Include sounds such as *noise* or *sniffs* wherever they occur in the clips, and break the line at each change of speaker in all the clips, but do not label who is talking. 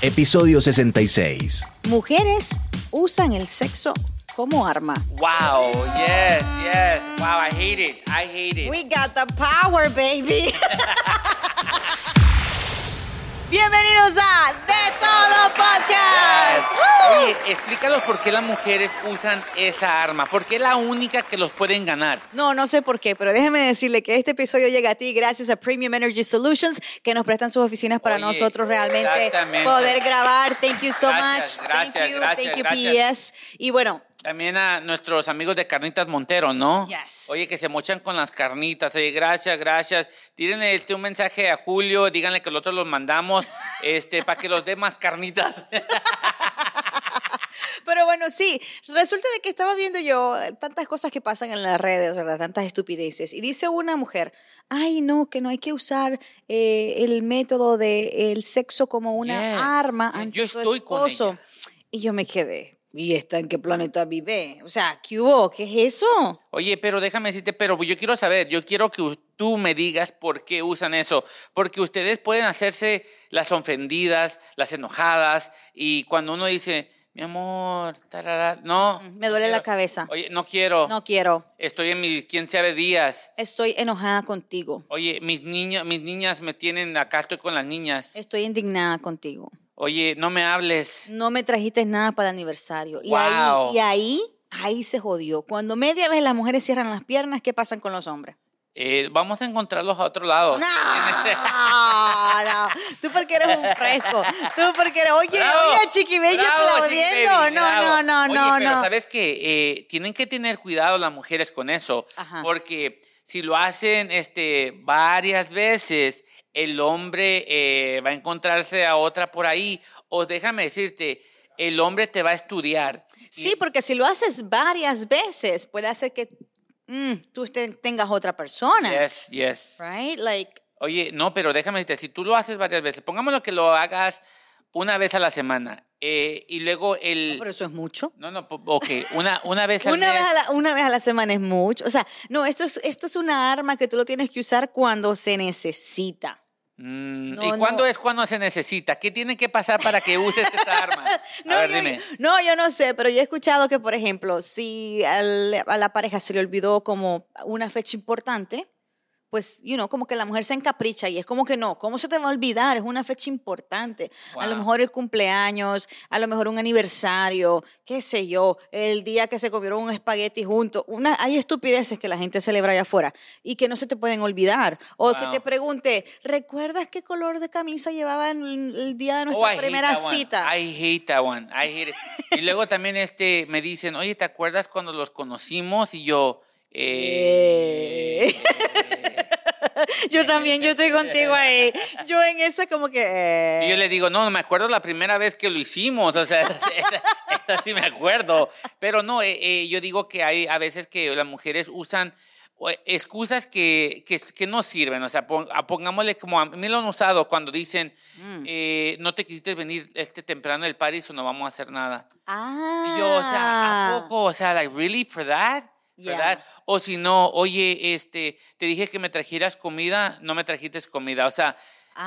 Episodio 66.
Mujeres usan el sexo como arma.
Wow, yes, yes. Wow, I hate it. I hate it.
We got the power, baby. *laughs* Bienvenidos a De Todo Podcast. ¡Woo!
Oye, explícanos por qué las mujeres usan esa arma. Porque es la única que los pueden ganar.
No, no sé por qué, pero déjeme decirle que este episodio llega a ti gracias a Premium Energy Solutions, que nos prestan sus oficinas para
Oye,
nosotros realmente
exactamente.
poder grabar. Thank you so
Gracias,
much.
gracias,
thank you,
gracias,
thank you,
gracias.
PS. Y bueno,
También a nuestros amigos de Carnitas Montero, ¿no?
Yes.
Oye, que se mochan con las carnitas. Oye, gracias, gracias. Tírenle este, un mensaje a Julio, díganle que nosotros los mandamos este, para que los dé más carnitas.
Pero bueno, sí, resulta de que estaba viendo yo tantas cosas que pasan en las redes, ¿verdad? Tantas estupideces. Y dice una mujer, ay, no, que no hay que usar eh, el método del el sexo como una
Yeah.
arma
Yo
ante tu
estoy con
esposo.
ella.
Y yo me quedé. ¿Y está en qué planeta vive? O sea, ¿qué hubo? ¿Qué es eso?
Oye, pero déjame decirte, pero yo quiero saber, yo quiero que u- tú me digas por qué usan eso, porque ustedes pueden hacerse las ofendidas, las enojadas, y cuando uno dice, mi amor, tarara", no.
Mm, Me duele
no
la
quiero.
cabeza.
Oye, no quiero.
No quiero.
Estoy en mis quién sabe días.
Estoy enojada contigo.
Oye, mis niños, mis niñas me tienen acá, estoy con las niñas.
Estoy indignada contigo.
Oye, no me hables.
no me trajiste nada para el aniversario. Y
Wow.
ahí, y ahí, ahí se jodió. Cuando media vez las mujeres cierran las piernas, ¿qué pasan con los
*laughs*
hombres?
Eh, vamos a encontrarlos a otro lado.
No, no. Tú porque eres un fresco. Tú porque eres. Oye,
Bravo,
oye, Chiqui Baby
bravo,
aplaudiendo.
Chiqui Baby,
no, no,
bravo.
no,
Oye,
no,
pero
no.
sabes que tienen que tener cuidado las mujeres con eso,
Ajá.
porque si lo hacen este, varias veces, el hombre eh, va a encontrarse a otra por ahí. O déjame decirte, el hombre te va a estudiar.
Sí, porque si lo haces varias veces, puede hacer que mm, tú te- tengas otra persona.
Yes, yes.
Right? Like,
Oye, no, pero déjame decirte, si tú lo haces varias veces, pongámoslo que lo hagas una vez a la semana eh, y luego el...
pero eso es mucho.
No, no, po- ok, una, una vez al
*laughs* Una
mes.
vez, a la, una vez a la semana es mucho. O sea, no, esto es, esto es una arma que tú lo tienes que usar cuando se necesita.
Mm,
No,
¿Y
no.
cuándo es cuando se necesita? ¿Qué tiene que pasar para que uses esta arma?
*laughs* No,
a ver,
yo,
dime.
no, yo no sé, pero yo he escuchado que, por ejemplo, si al- a la pareja se le olvidó como una fecha importante, pues, you know, como que la mujer se encapricha y es como que no, ¿cómo se te va a olvidar? Es una fecha importante. A lo
Wow.
mejor el cumpleaños, a lo mejor un aniversario, qué sé yo, el día que se comieron un espagueti juntos. Una, hay estupideces que la gente celebra allá afuera y que no se te pueden olvidar. O que
Wow.
te pregunte, ¿recuerdas qué color de camisa llevaba en el día de
Oh,
nuestra
I hate
primera
that one.
cita?
I hate that one. I hate it. Y luego también este, me dicen, oye, ¿te acuerdas cuando los conocimos? Y yo, eh,
*laughs* Yo también, yo estoy contigo ahí. Yo en esa como que... eh,
Y yo le digo, no, no me acuerdo la primera vez que lo hicimos, o sea, *laughs* esa, esa- esa sí me acuerdo. Pero no, eh, eh, yo digo que hay a veces que las mujeres usan o, eh, excusas que, que, que no sirven, o sea, pon- a- pongámosle como a mí lo han usado cuando dicen,
mm.
eh, no te quisiste venir este temprano del París o no vamos a hacer nada.
ah.
Y yo, o sea, ¿a poco? O sea, like, ¿really? ¿For that? ¿For
Yeah.
that? O si no, oye, este, te dije que me trajeras comida, no me trajiste comida. O sea,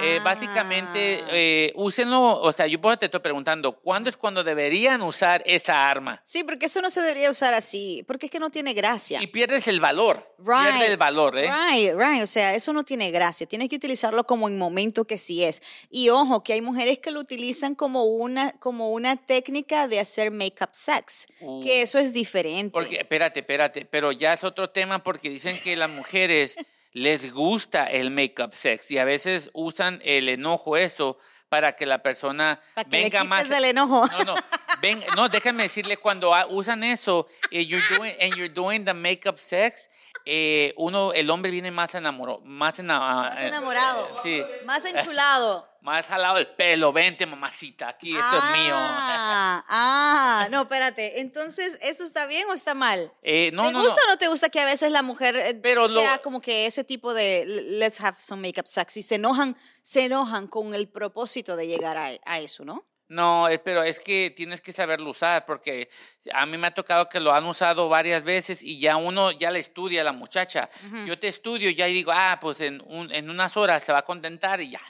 eh, básicamente,
Ah.
eh, úsenlo. O sea, yo por eso te estoy preguntando, ¿cuándo es cuando deberían usar esa arma?
Sí, porque eso no se debería usar así, porque es que no tiene gracia.
Y pierdes el valor. Pierdes el valor, ¿eh?
Right, right. O sea, eso no tiene gracia. Tienes que utilizarlo como en momento que sí es. Y ojo, que hay mujeres que lo utilizan como una, como una técnica de hacer make-up sex,
Uh.
que eso es diferente.
Porque, espérate, espérate, pero ya es otro tema porque dicen que las mujeres les gusta el make-up sex y a veces usan el enojo eso para que la persona
Para que le
venga
quites
más.
el
*laughs*
enojo.
No, no. ven- no, déjenme decirle, cuando ah, usan eso, eh, you're doing, and you're doing the make-up sex, eh, uno, el hombre viene más enamorado. Más, ena-
Más
eh,
enamorado,
sí.
más enchulado.
Más jalado el pelo. Vente, mamacita, aquí, esto es mío.
Ah, ah, no, espérate. Entonces, ¿eso está bien o está mal?
Eh, no,
¿Te
no,
gusta
no.
o no te gusta que a veces la mujer eh,
Pero lo-
sea como que ese tipo de l- let's have some makeup sex y se enojan, se enojan con el propósito de llegar a, a eso,
*gasps*
¿no?
No, eh, pero es que tienes que saberlo usar porque a mí me ha tocado que lo han usado varias veces y ya uno ya le estudia a la muchacha. Yo te estudio ya y digo, ah, pues en, un- en unas horas se va a contentar y ya,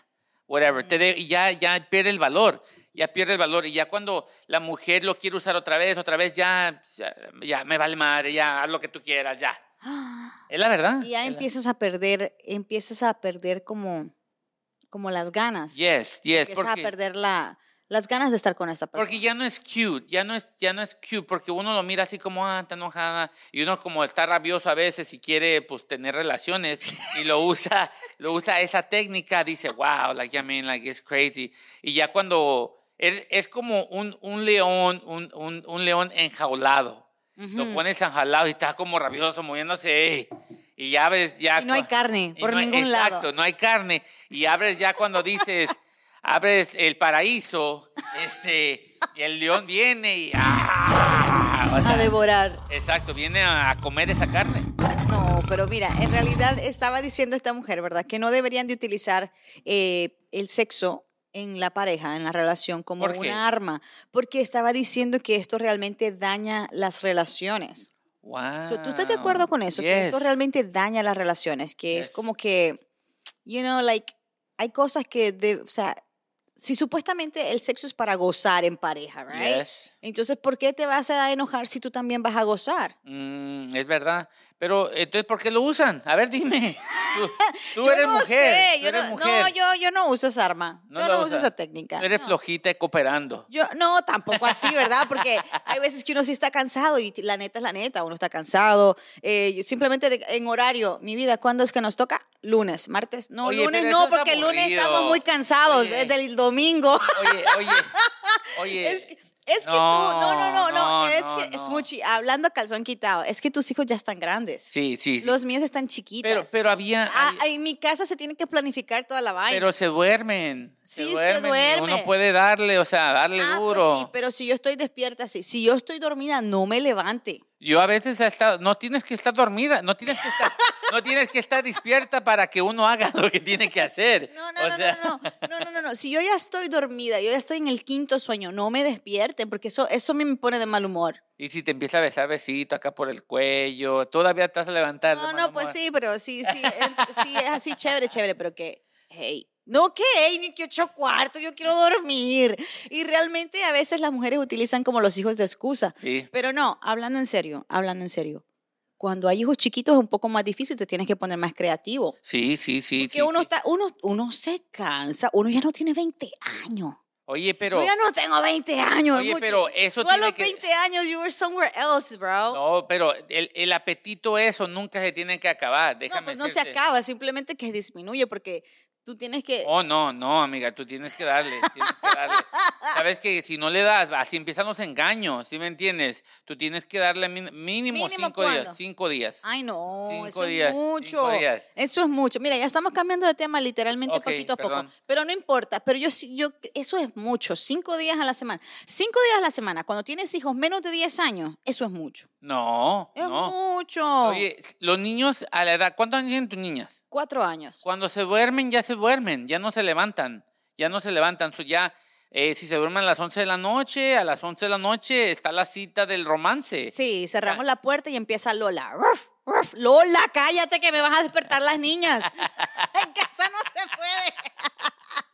whatever. Te de- y ya, ya pierde el valor. ya pierde el valor. Y ya cuando la mujer lo quiere usar otra vez, otra vez, ya, ya, ya me vale madre, ya haz lo que tú quieras, ya. Es la verdad.
Y ya
Es la-
empiezas a perder, empiezas a perder como, como las ganas.
Yes, yes.
empiezas a
Porque,
perder la, las ganas de estar con esta persona.
porque ya no es cute, ya no es, ya no es cute, porque uno lo mira así como, ah, está enojada. Y uno como está rabioso a veces y quiere, pues, tener relaciones
*laughs*
y lo usa, lo usa esa técnica, dice, wow, like, I mean, like, it's crazy. Y ya cuando, es, es como un, un león, un, un, un león enjaulado. Lo
Ujú.
pones enjaulado y está como rabioso, moviéndose. Y ya ves, ya.
Y no hay
cua-
carne,
y
por
no hay-
ningún
exacto,
lado.
no hay carne. Y abres ya cuando dices, abres el paraíso, este, y el león viene y. ¡ah! O sea,
A devorar.
exacto, viene a, a comer esa carne.
No, pero mira, en realidad estaba diciendo esta mujer, ¿verdad? Que no deberían de utilizar eh, el sexo en la pareja, en la relación, como
¿Por qué?
un arma, porque estaba diciendo que esto realmente daña las relaciones.
Wow.
So, ¿Tú estás de acuerdo con eso? Que esto
Ah, Yes.
realmente daña las relaciones, que es
Yes.
como que, you know, like, hay cosas que, de, o sea, si supuestamente el sexo es para gozar en pareja, ¿right?
Yes.
Entonces, ¿por qué te vas a enojar si tú también vas a gozar?
Mm, es verdad. Pero entonces, ¿por qué lo usan? A ver, dime. Tú, tú
Yo
eres
no
mujer.
sé,
tú
yo
eres
no,
mujer.
no, yo, yo no uso esa arma.
No
yo
la
no uso
usas.
esa técnica.
Tú eres
no.
flojita y cooperando.
Yo, no, tampoco así, ¿verdad?
*laughs*
Porque hay veces que uno sí está cansado y la neta es la neta, uno está cansado. Eh, yo simplemente de- en horario, mi vida, ¿cuándo es que nos toca? Lunes, martes. No,
Oye,
lunes
pero
no,
eso es
porque el lunes
aburrido.
estamos muy cansados,
Oye.
es del domingo.
Oye, oye, oye.
*laughs* Es que, es que tú,
No,
no, no, no, no,
no,
es
no,
que,
no.
Smuchi, hablando a calzón quitado, es que tus hijos ya están grandes.
Sí, sí, sí.
Los Ah, míos están chiquitos.
Pero, pero había. había-
en mi casa se tiene que planificar toda la vaina.
pero se duermen.
Sí, se
y
duerme.
Uno puede darle, o sea, darle
Ah, pues
duro.
sí, pero si yo estoy despierta, sí. Si yo estoy dormida, no me levante.
Yo a veces he estado. No tienes que estar dormida, no tienes
*laughs*
que estar. no tienes que estar despierta para que uno haga *laughs* lo que tiene que hacer.
No, no,
O
no,
sea,
no, no, *laughs* no, no, no, no. Si yo ya estoy dormida, yo ya estoy en el quinto sueño, no me despierten, porque eso, eso a mí me pone de mal humor.
Y si te empieza a besar besito acá por el cuello, todavía estás a levantar. de
No,
mal
no, pues
humor.
sí, pero sí, sí, *laughs* ent- sí, es así chévere, chévere, pero que, hey. No, que, hey, ni que ocho cuartos, yo quiero dormir. Y realmente a veces las mujeres utilizan como los hijos de excusa.
Sí.
Pero no, hablando en serio, hablando en serio. Cuando hay hijos chiquitos es un poco más difícil, te tienes que poner más creativo.
Sí, sí, sí.
que
sí,
uno
sí.
está, uno, uno se cansa, uno ya no tiene 20 años.
Oye, pero.
yo ya no tengo 20 años.
Oye,
Muchi.
pero eso
Tú a
tiene
los
que-
20 años you were somewhere else, bro. No,
No, pero el, el apetito eso nunca se tiene que acabar. Déjame
pues no se
decirte.
acaba, simplemente que disminuye porque tú tienes que
Oh, no, no, amiga, tú tienes que darle, tienes que
*laughs*
darle. Sabes que si no le das, así empiezan los engaños, ¿sí me entiendes? Tú tienes que darle min- mínimo,
¿Mínimo
cinco
cuándo?
días, cinco días.
Ay, no,
Cinco
eso
días,
es mucho.
cinco días.
Eso es mucho. Mira, ya estamos cambiando de tema literalmente
Ok,
poquito a
perdón.
poco. Pero no importa, pero yo sí- yo eso es mucho, cinco días a la semana. Cinco días a la semana cuando tienes hijos menos de 10 años, eso es mucho.
No,
Es
no.
mucho.
Oye, los niños a la edad, ¿cuántos años tienen tus niñas?
Cuatro años.
Cuando se duermen, ya se duermen, ya no se levantan, ya no se levantan. So, ya, eh, si se duermen a las 11 de la noche, a las 11 de la noche está la cita
*laughs*
del romance.
Sí, cerramos la puerta y empieza Lola. Ruf, ruf. Lola, cállate que me vas a despertar las *laughs* niñas. en casa no se puede.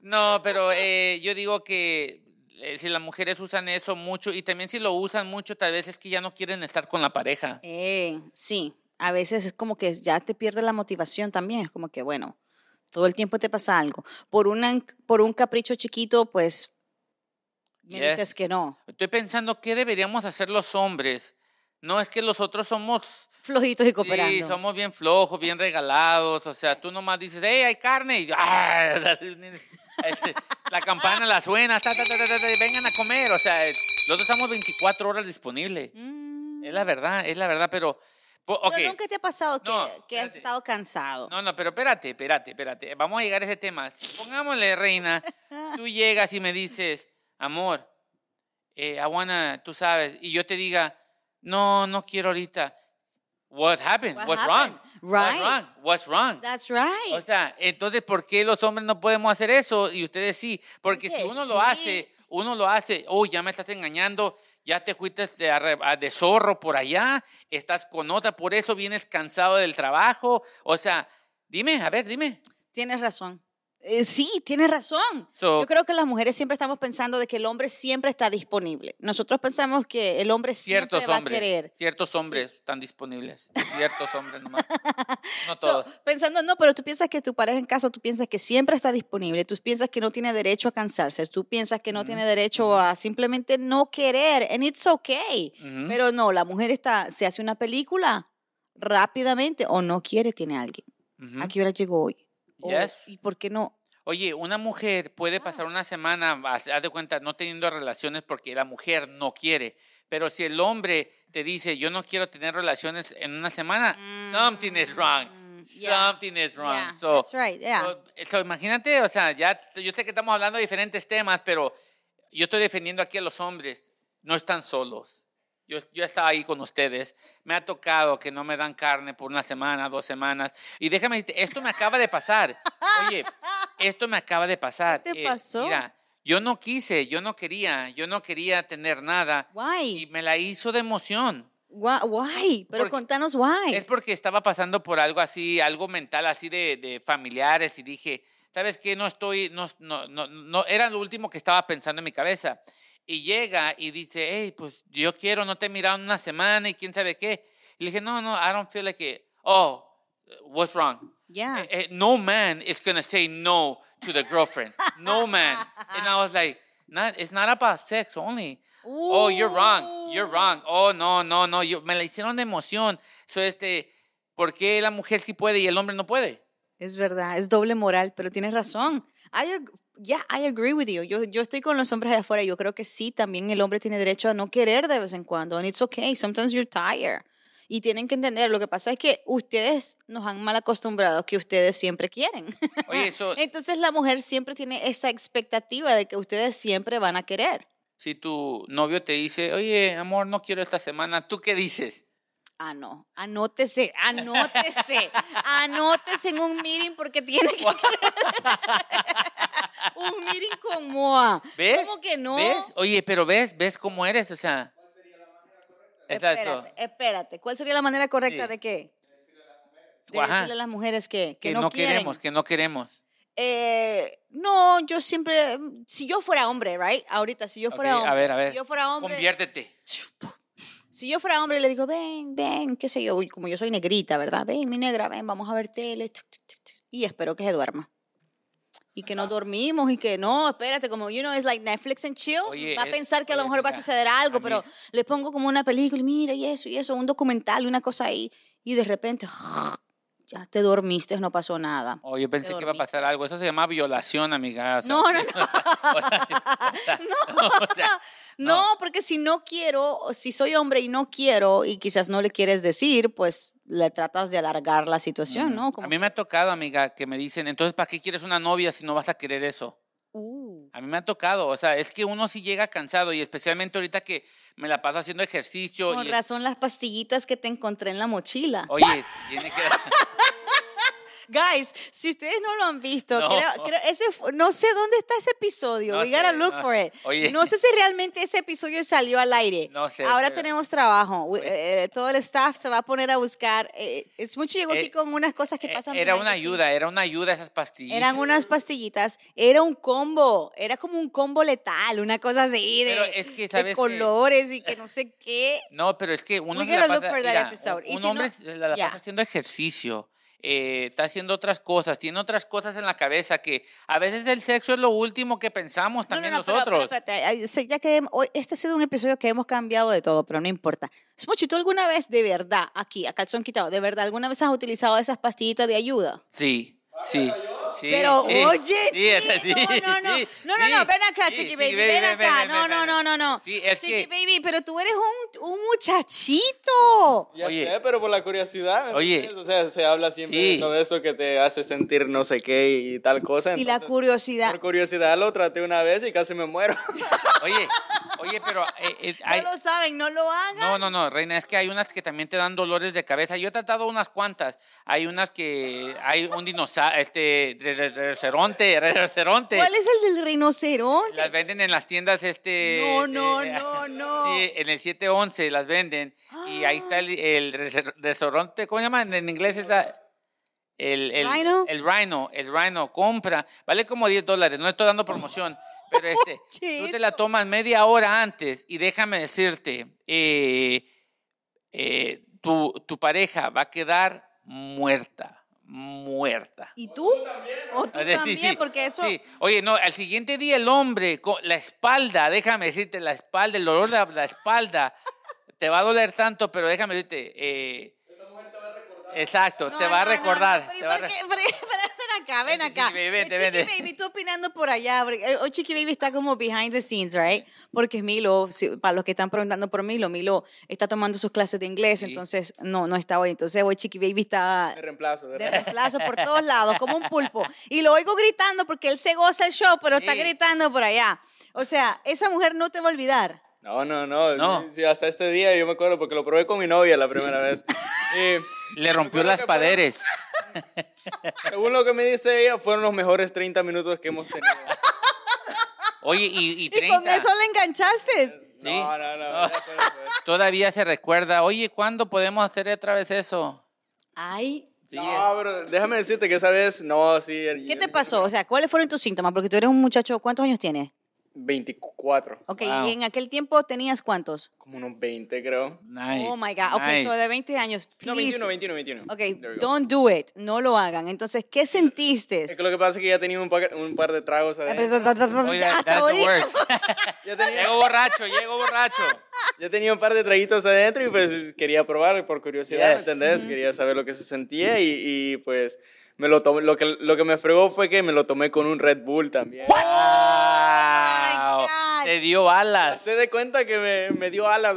No, pero eh, yo digo que eh, si las mujeres usan eso mucho y también si lo usan mucho, tal vez es que ya no quieren estar con la pareja.
Eh, sí, a veces es como que ya te pierde la motivación también. Es como que, bueno, todo el tiempo te pasa algo. Por, una, por un capricho chiquito, pues me
Yes.
dices que no.
Estoy pensando qué deberíamos hacer los hombres. No es que los otros somos,
Flojitos y cooperando.
sí, somos bien flojos, bien regalados. O sea, tú nomás dices, hey, hay carne. Y, "Ah", *laughs* este, la campana la suena, ta, ta, ta, ta, ta, ta, vengan a comer. O sea, eh, nosotros estamos 24 horas disponibles.
Mm,
Es la verdad, es la verdad, pero... po-
pero
ok.
nunca te ha pasado que,
No,
que has
espérate.
estado cansado.
No, no, pero espérate, espérate, espérate. Vamos a llegar a ese tema. Pongámosle, reina, tú llegas y me dices, amor, eh, I wanna- tú sabes, y yo te diga, no, no quiero ahorita. What happened?
What
What's
happened?
wrong?
Right.
What's wrong? What's wrong?
That's right.
O sea, entonces, ¿por qué los hombres no podemos hacer eso y ustedes sí? Porque
Oye,
si uno
sí.
lo hace, uno lo hace, oh, ya me estás engañando, ya te fuiste de, arre- a- de zorro por allá, estás con otra, por eso vienes cansado del trabajo. O sea, dime, a ver, dime.
Tienes razón. Eh, sí, tienes razón.
So-
Yo creo que las mujeres siempre estamos pensando de que el hombre siempre está disponible. Nosotros pensamos que el hombre siempre
Ciertos
va
hombres,
a querer.
ciertos hombres están disponibles, ciertos
*laughs*
hombres nomás,
So,
no todos.
pensando, no, pero tú piensas que tu pareja en casa, tú piensas que siempre está disponible, tú piensas que no tiene derecho a cansarse, tú piensas que no tiene derecho a simplemente no querer, and it's okay.
Ujú.
Pero no, la mujer está, se hace una película rápidamente o no quiere, tiene a alguien.
Ujú.
¿A qué hora llegó hoy? O,
Yes.
¿Y por qué no?
Oye, una mujer puede pasar una semana, haz haz de cuenta, no teniendo relaciones porque la mujer no quiere. Pero si el hombre te dice, yo no quiero tener relaciones en una semana, Ah, something is wrong.
Mm, yeah.
Something is wrong.
Yeah,
So,
that's right, yeah.
so- so imagínate, o sea, ya t- yo sé que estamos hablando de diferentes temas, pero yo estoy defendiendo aquí a los hombres. No están solos. Yo, yo estaba ahí con ustedes. Me ha tocado que no me dan carne por una semana, dos semanas. Y déjame decirte, esto me acaba de pasar. Oye, esto me acaba de pasar. eh,
¿Qué te pasó?
Mira, yo no quise, yo no quería, yo no quería tener nada. Y
Why?
me la hizo de emoción.
Why? why? Pero
Porque-
contanos why.
Es porque estaba pasando por algo así, algo mental así de, de familiares y dije, ¿sabes qué? No estoy, no, no, no, no, era lo último que estaba pensando en mi cabeza. Y llega y dice, hey, pues yo quiero, no te he mirado en una semana y quién sabe qué. Y le dije, no, no, I don't feel like it. Oh, what's wrong?
Yeah.
Eh, eh, no man is going to say no to the girlfriend. No man. And I was like, not, it's not about sex only. Oh, you're wrong. You're wrong. Oh, no, no, no. Yo, me la hicieron de emoción. So, este, ¿por qué la mujer sí puede y el hombre no puede?
Es verdad, es doble moral, pero tienes razón. I ag- yeah, I agree with you. Yo, yo estoy con los hombres allá afuera. Yo creo que sí, también el hombre tiene derecho a no querer de vez en cuando. And it's okay. Sometimes you're tired. Y tienen que entender, lo que pasa es que ustedes nos han mal acostumbrado que ustedes siempre quieren. *laughs*
Oye, so,
Entonces la mujer siempre tiene esa expectativa de que ustedes siempre van a querer.
si tu novio te dice, oye, amor, no quiero esta semana, ¿tú qué dices?
Ah, no, anótese, anótese, anótese en un meeting porque tiene que *laughs* un meeting con Moa.
¿Ves?
¿Cómo que no?
¿Ves? Oye, pero ves, ves cómo eres, o sea. Exacto.
Espérate, espérate. ¿Cuál sería la manera correcta
Sí.
de qué? De
Ajá.
decirle a las mujeres que, que
Que
no,
no,
quieren.
queremos, que no queremos.
Eh, no, yo siempre, si yo fuera hombre, right? Ahorita, si yo fuera
Ok,
hombre,
a ver, a ver.
si yo fuera hombre,
Conviértete.
Si yo fuera hombre, le digo, ven, ven, qué sé yo, uy, como yo soy negrita, ¿verdad? Ven, mi negra, ven, vamos a ver tele. tuc, tuc, tuc, tuc, Y espero que se duerma. Y que no dormimos y que no, espérate, como, you know, es like Netflix and chill.
Oye,
va a
es-
pensar que a lo
oye,
mejor va a
mira,
suceder algo,
a
pero
mí-
le pongo como una película, y mira, y eso, y eso, un documental, una cosa ahí. Y de repente, ¡ah! ya te dormiste, no pasó nada.
Oh, yo pensé que iba a
dormiste.
pasar algo. Eso se llama violación, amiga. o sea,
No,
*laughs*
no, no. *laughs* no, porque si no quiero, o si soy hombre y no quiero y quizás no le quieres decir, pues le tratas de alargar la situación, ¿no? Como
a mí me ha tocado, amiga, que me dicen, entonces, ¿para qué quieres una novia si no vas a querer eso?
Uh,
A mí me ha tocado, o sea, es que uno sí llega cansado y especialmente ahorita que me la paso haciendo ejercicio.
con
y-
razón las pastillitas que te encontré en la mochila.
Oye, tiene que... *laughs*
Guys, si ustedes no lo han visto,
No.
creo- creo- ese fu- no sé dónde está ese episodio.
No
We gotta
sé,
look
no-
for
*laughs*
it.
Oye.
No sé si realmente ese episodio salió al aire.
No sé, eh,
Ahora
pero-
tenemos trabajo. We- eh, todo el staff se va a poner a buscar. Eh, es mucho llegó aquí
Eh,
con unas cosas que pasan.
era
behind
una
the scenes.
ayuda, era una ayuda esas pastillas.
Eran unas pastillitas, era un combo, era como un combo letal, una cosa así de,
Pero es que,
de
¿sabes qué?
colores y
*laughs*
que no sé qué.
No, pero es que uno
We
se la
gotta look
pasa-
for that
mira, un-
episode. Y
un
si
hombre
no-
se la, la
Yeah.
pasa haciendo ejercicio, eh, está haciendo otras cosas, tiene otras cosas en la cabeza que a veces el sexo es lo último que pensamos
No, no,
también
no, pero-
nosotros.
pero espérate, ay, sé ya que hem- hoy, este ha sido un episodio que hemos cambiado de todo, pero no importa. Smochi, ¿tú alguna vez de verdad, aquí, a calzón quitado, de verdad, alguna vez has utilizado esas pastillitas de ayuda?
Sí, sí. sí,
Pero
sí,
oye,
sí, es así,
chico, no, no, no,
sí,
no, no, no,
sí,
ven acá,
sí,
Chiqui
sí,
Baby, ven acá,
ven,
no,
ven,
no,
ven.
no, no, no.
Sí, es
Chiqui
que,
Baby, pero tú eres un, un muchachito.
Ya
Oye.
sé, pero por la curiosidad, ¿me
Oye.
entiendes? O sea, se habla siempre
Sí.
de todo eso que te hace sentir no sé qué y tal cosa.
Y la
entonces,
curiosidad.
Por curiosidad lo traté una vez y casi me muero. *laughs*
Oye, oye, pero eh, es-
No
hay-
lo saben, no lo hagan.
No, no, no, reina, es que hay unas que también te dan dolores de cabeza. Yo he tratado unas cuantas. Hay unas que hay un dinosaurio, este, re- re- rinoceronte, rinoceronte.
¿Cuál es el del rinoceronte?
Las venden en las tiendas, este.
No, no,
de-
no, no.
*laughs* Sí, en el 711 las venden. Y ahí está el, el rinoceronte, ¿cómo se llama? En, en inglés está. El, el,
¿Rhino?
el Rhino, el Rhino, compra. Vale como 10 dólares, no estoy dando promoción. Pero este,
Ah,
tú te la tomas media hora antes y déjame decirte, eh, eh, tu, tu pareja va a quedar muerta, muerta.
¿Y tú? ¿O tú
*laughs* Ah, Sí, sí,
también?
sí,
porque eso...
sí. Oye, no, al siguiente día el hombre, co- la espalda, déjame decirte, la espalda, el dolor de la- la espalda, te va a doler tanto, pero déjame decirte. eh, Exacto,
No,
te va a
no, no, no,
recordar.
pero
te va a
¿por
re-
qué? Pero- *laughs* pero ven acá, ven
Vente,
acá.
Chiqui Baby, vente,
Chiqui
vente.
Baby, tú opinando por allá. porque, eh, Hoy Chiqui Baby está como behind the scenes, right? Porque Milo, si- para los que están preguntando por Milo, Milo está tomando sus clases de inglés,
Sí.
entonces no, no está hoy. Entonces hoy Chiqui Baby está
De reemplazo. de
de reemplazo
reemplazo.
por todos lados, como un pulpo. Y lo oigo gritando porque él se goza el show, pero está
Sí.
gritando por allá. O sea, esa mujer no te va a olvidar.
No, no, no.
No.
Sí, hasta este día yo me acuerdo porque lo probé con mi novia la
*laughs*
primera vez. Y
Le rompió
Recuerda
las
que fueron-
paredes.
según lo que me dice ella, fueron los mejores 30 minutos que hemos tenido.
Oye, y, y
*laughs* Y con
30,
eso le enganchaste.
Sí. *laughs*
No, no, no.
No.
ya fue, fue.
Todavía se recuerda. Oye, ¿cuándo podemos hacer otra vez eso?
Ay,
Sí,
No, pero déjame decirte que esa vez, no, sí.
¿qué te pasó? O sea, ¿cuáles fueron tus síntomas? Porque tú eres un muchacho, ¿cuántos años tienes?
24.
Ok,
Wow.
¿y en aquel tiempo tenías cuántos?
Como unos 20, creo.
nice,
oh my God, ok,
nice.
so de 20 años.
No,
please.
21, 21, 21. There we
Ok,
go.
don't do it, no lo hagan. Entonces, ¿qué sentiste?
Es que lo que pasa es que ya tenía un, pa- un par de tragos
*laughs*
Ah,
adentro.
Oye, that-
Hasta
that's the
ahorita.
worst.
Ya tenía,
Llego borracho, llego
*laughs*
borracho.
ya tenía un par de traguitos adentro y pues quería probar por curiosidad, ¿me
Yes.
¿entendés? Quería saber lo que se sentía y, y, pues me lo tomé. Lo que, lo que me fregó fue que me lo tomé con un Red Bull también.
Wow.
Oh God.
Te dio alas.
Se de cuenta que me, me dio alas,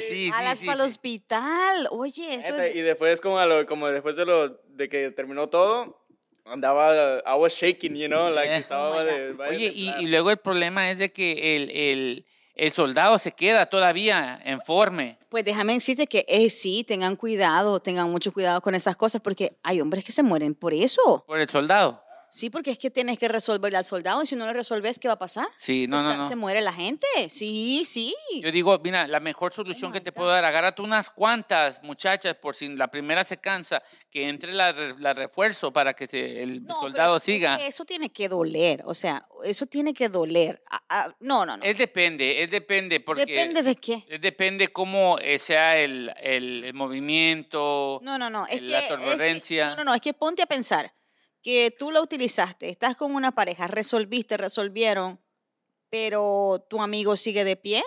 Sí, sí, sí.
Alas
sí,
para el
sí.
hospital. Oye, eso
Neta,
es...
Y después como, a lo- como después de, lo, de que terminó todo, andaba, I was shaking, you know, like
Yeah. Oh
estaba de... va de
Oye, y,
temblar.
y luego el problema es de que el, el- el soldado se queda todavía en forme.
Pues déjame decirte que eh, sí, tengan cuidado, tengan mucho cuidado con esas cosas, porque hay hombres que se mueren por eso.
Por el soldado.
Sí, porque es que tienes que resolverle al soldado y si no lo resuelves, ¿qué va a pasar?
Sí,
Se
no, no,
está-
no.
Se muere la gente. Sí, sí.
Yo digo, mira, la mejor solución que te puedo dar, agárrate unas cuantas muchachas por si la primera se cansa, que entre la, re- la refuerzo para que se- el
No, pero
soldado
es que
siga. Es,
Eso tiene que doler, o sea, eso tiene que doler. Ah, ah, no, no, no.
depende, es depende, porque
Depende de qué.
es depende cómo eh, sea el, el- el movimiento.
No, no, no. Es
la
que- es que-
torrencia.
no, no, no. Es que ponte a pensar que tú la utilizaste, estás con una pareja, resolviste, resolvieron, pero tu amigo sigue de pie.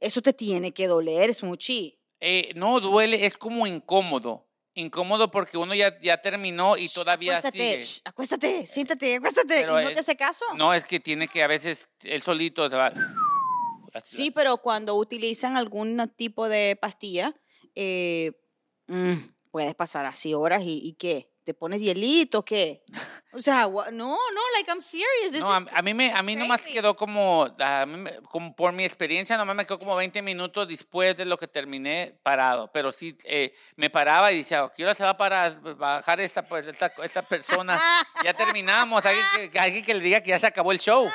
Eso te tiene que doler, es muchi.
Eh, no duele, es como incómodo. Incómodo porque uno ya, ya terminó y todavía
acuéstate,
sigue.
shh, acuéstate, siéntate, acuéstate.
Pero
¿Y no
es-
te hace caso?
No, es que tiene que a veces él solito se va. *sniffs*
Sí, pero cuando utilizan algún tipo de pastilla, eh, mm, puedes pasar así horas y, y ¿qué? ¿Te pones hielito? ¿Qué? O sea, wha- no, no, like I'm serious. This
No, a,
is-
a mí me, a mí nomás
crazy.
quedó como, a mí me- como por mi experiencia, nomás me quedó como 20 minutos después de lo que terminé parado. Pero sí, eh, me paraba y decía, ¿qué hora se va a parar- bajar esta, pues, esta, esta persona? Ya terminamos, alguien que, alguien que le diga que ya se acabó
*laughs*
el show.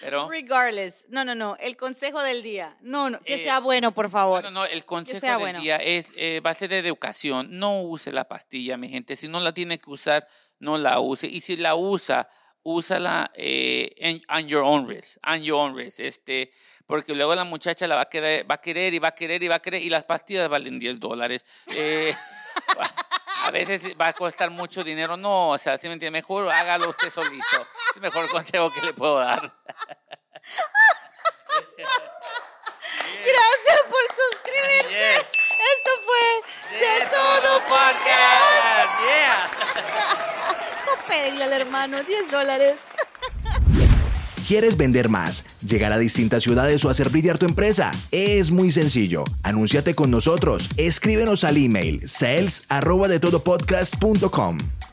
Pero,
Regardless. No, no, no. El consejo del día. No, no, que
Eh,
sea bueno, por favor.
no, no, el consejo
sea
del
bueno.
día es, eh, va a ser de educación. No use la pastilla, mi gente. Si no la tiene que usar, no la use. Y si la usa, úsala eh, en, on your own risk, on your own risk, este, porque luego la muchacha la va a, querer, va a querer y va a querer y va a querer y las pastillas valen 10 dólares. Eh, *laughs* a veces va a costar mucho dinero. No, o sea, si me entiende, mejor hágalo usted solito. Es el mejor consejo que le puedo dar.
Gracias por suscribirse.
Yes.
Esto fue De Todo
podcast. Yeah.
por Pedirle al hermano 10 dólares.
¿Quieres vender más, llegar a distintas ciudades o hacer brillar tu empresa? Es muy sencillo. Anúnciate con nosotros. Escríbenos al email sales@detodopodcast.com.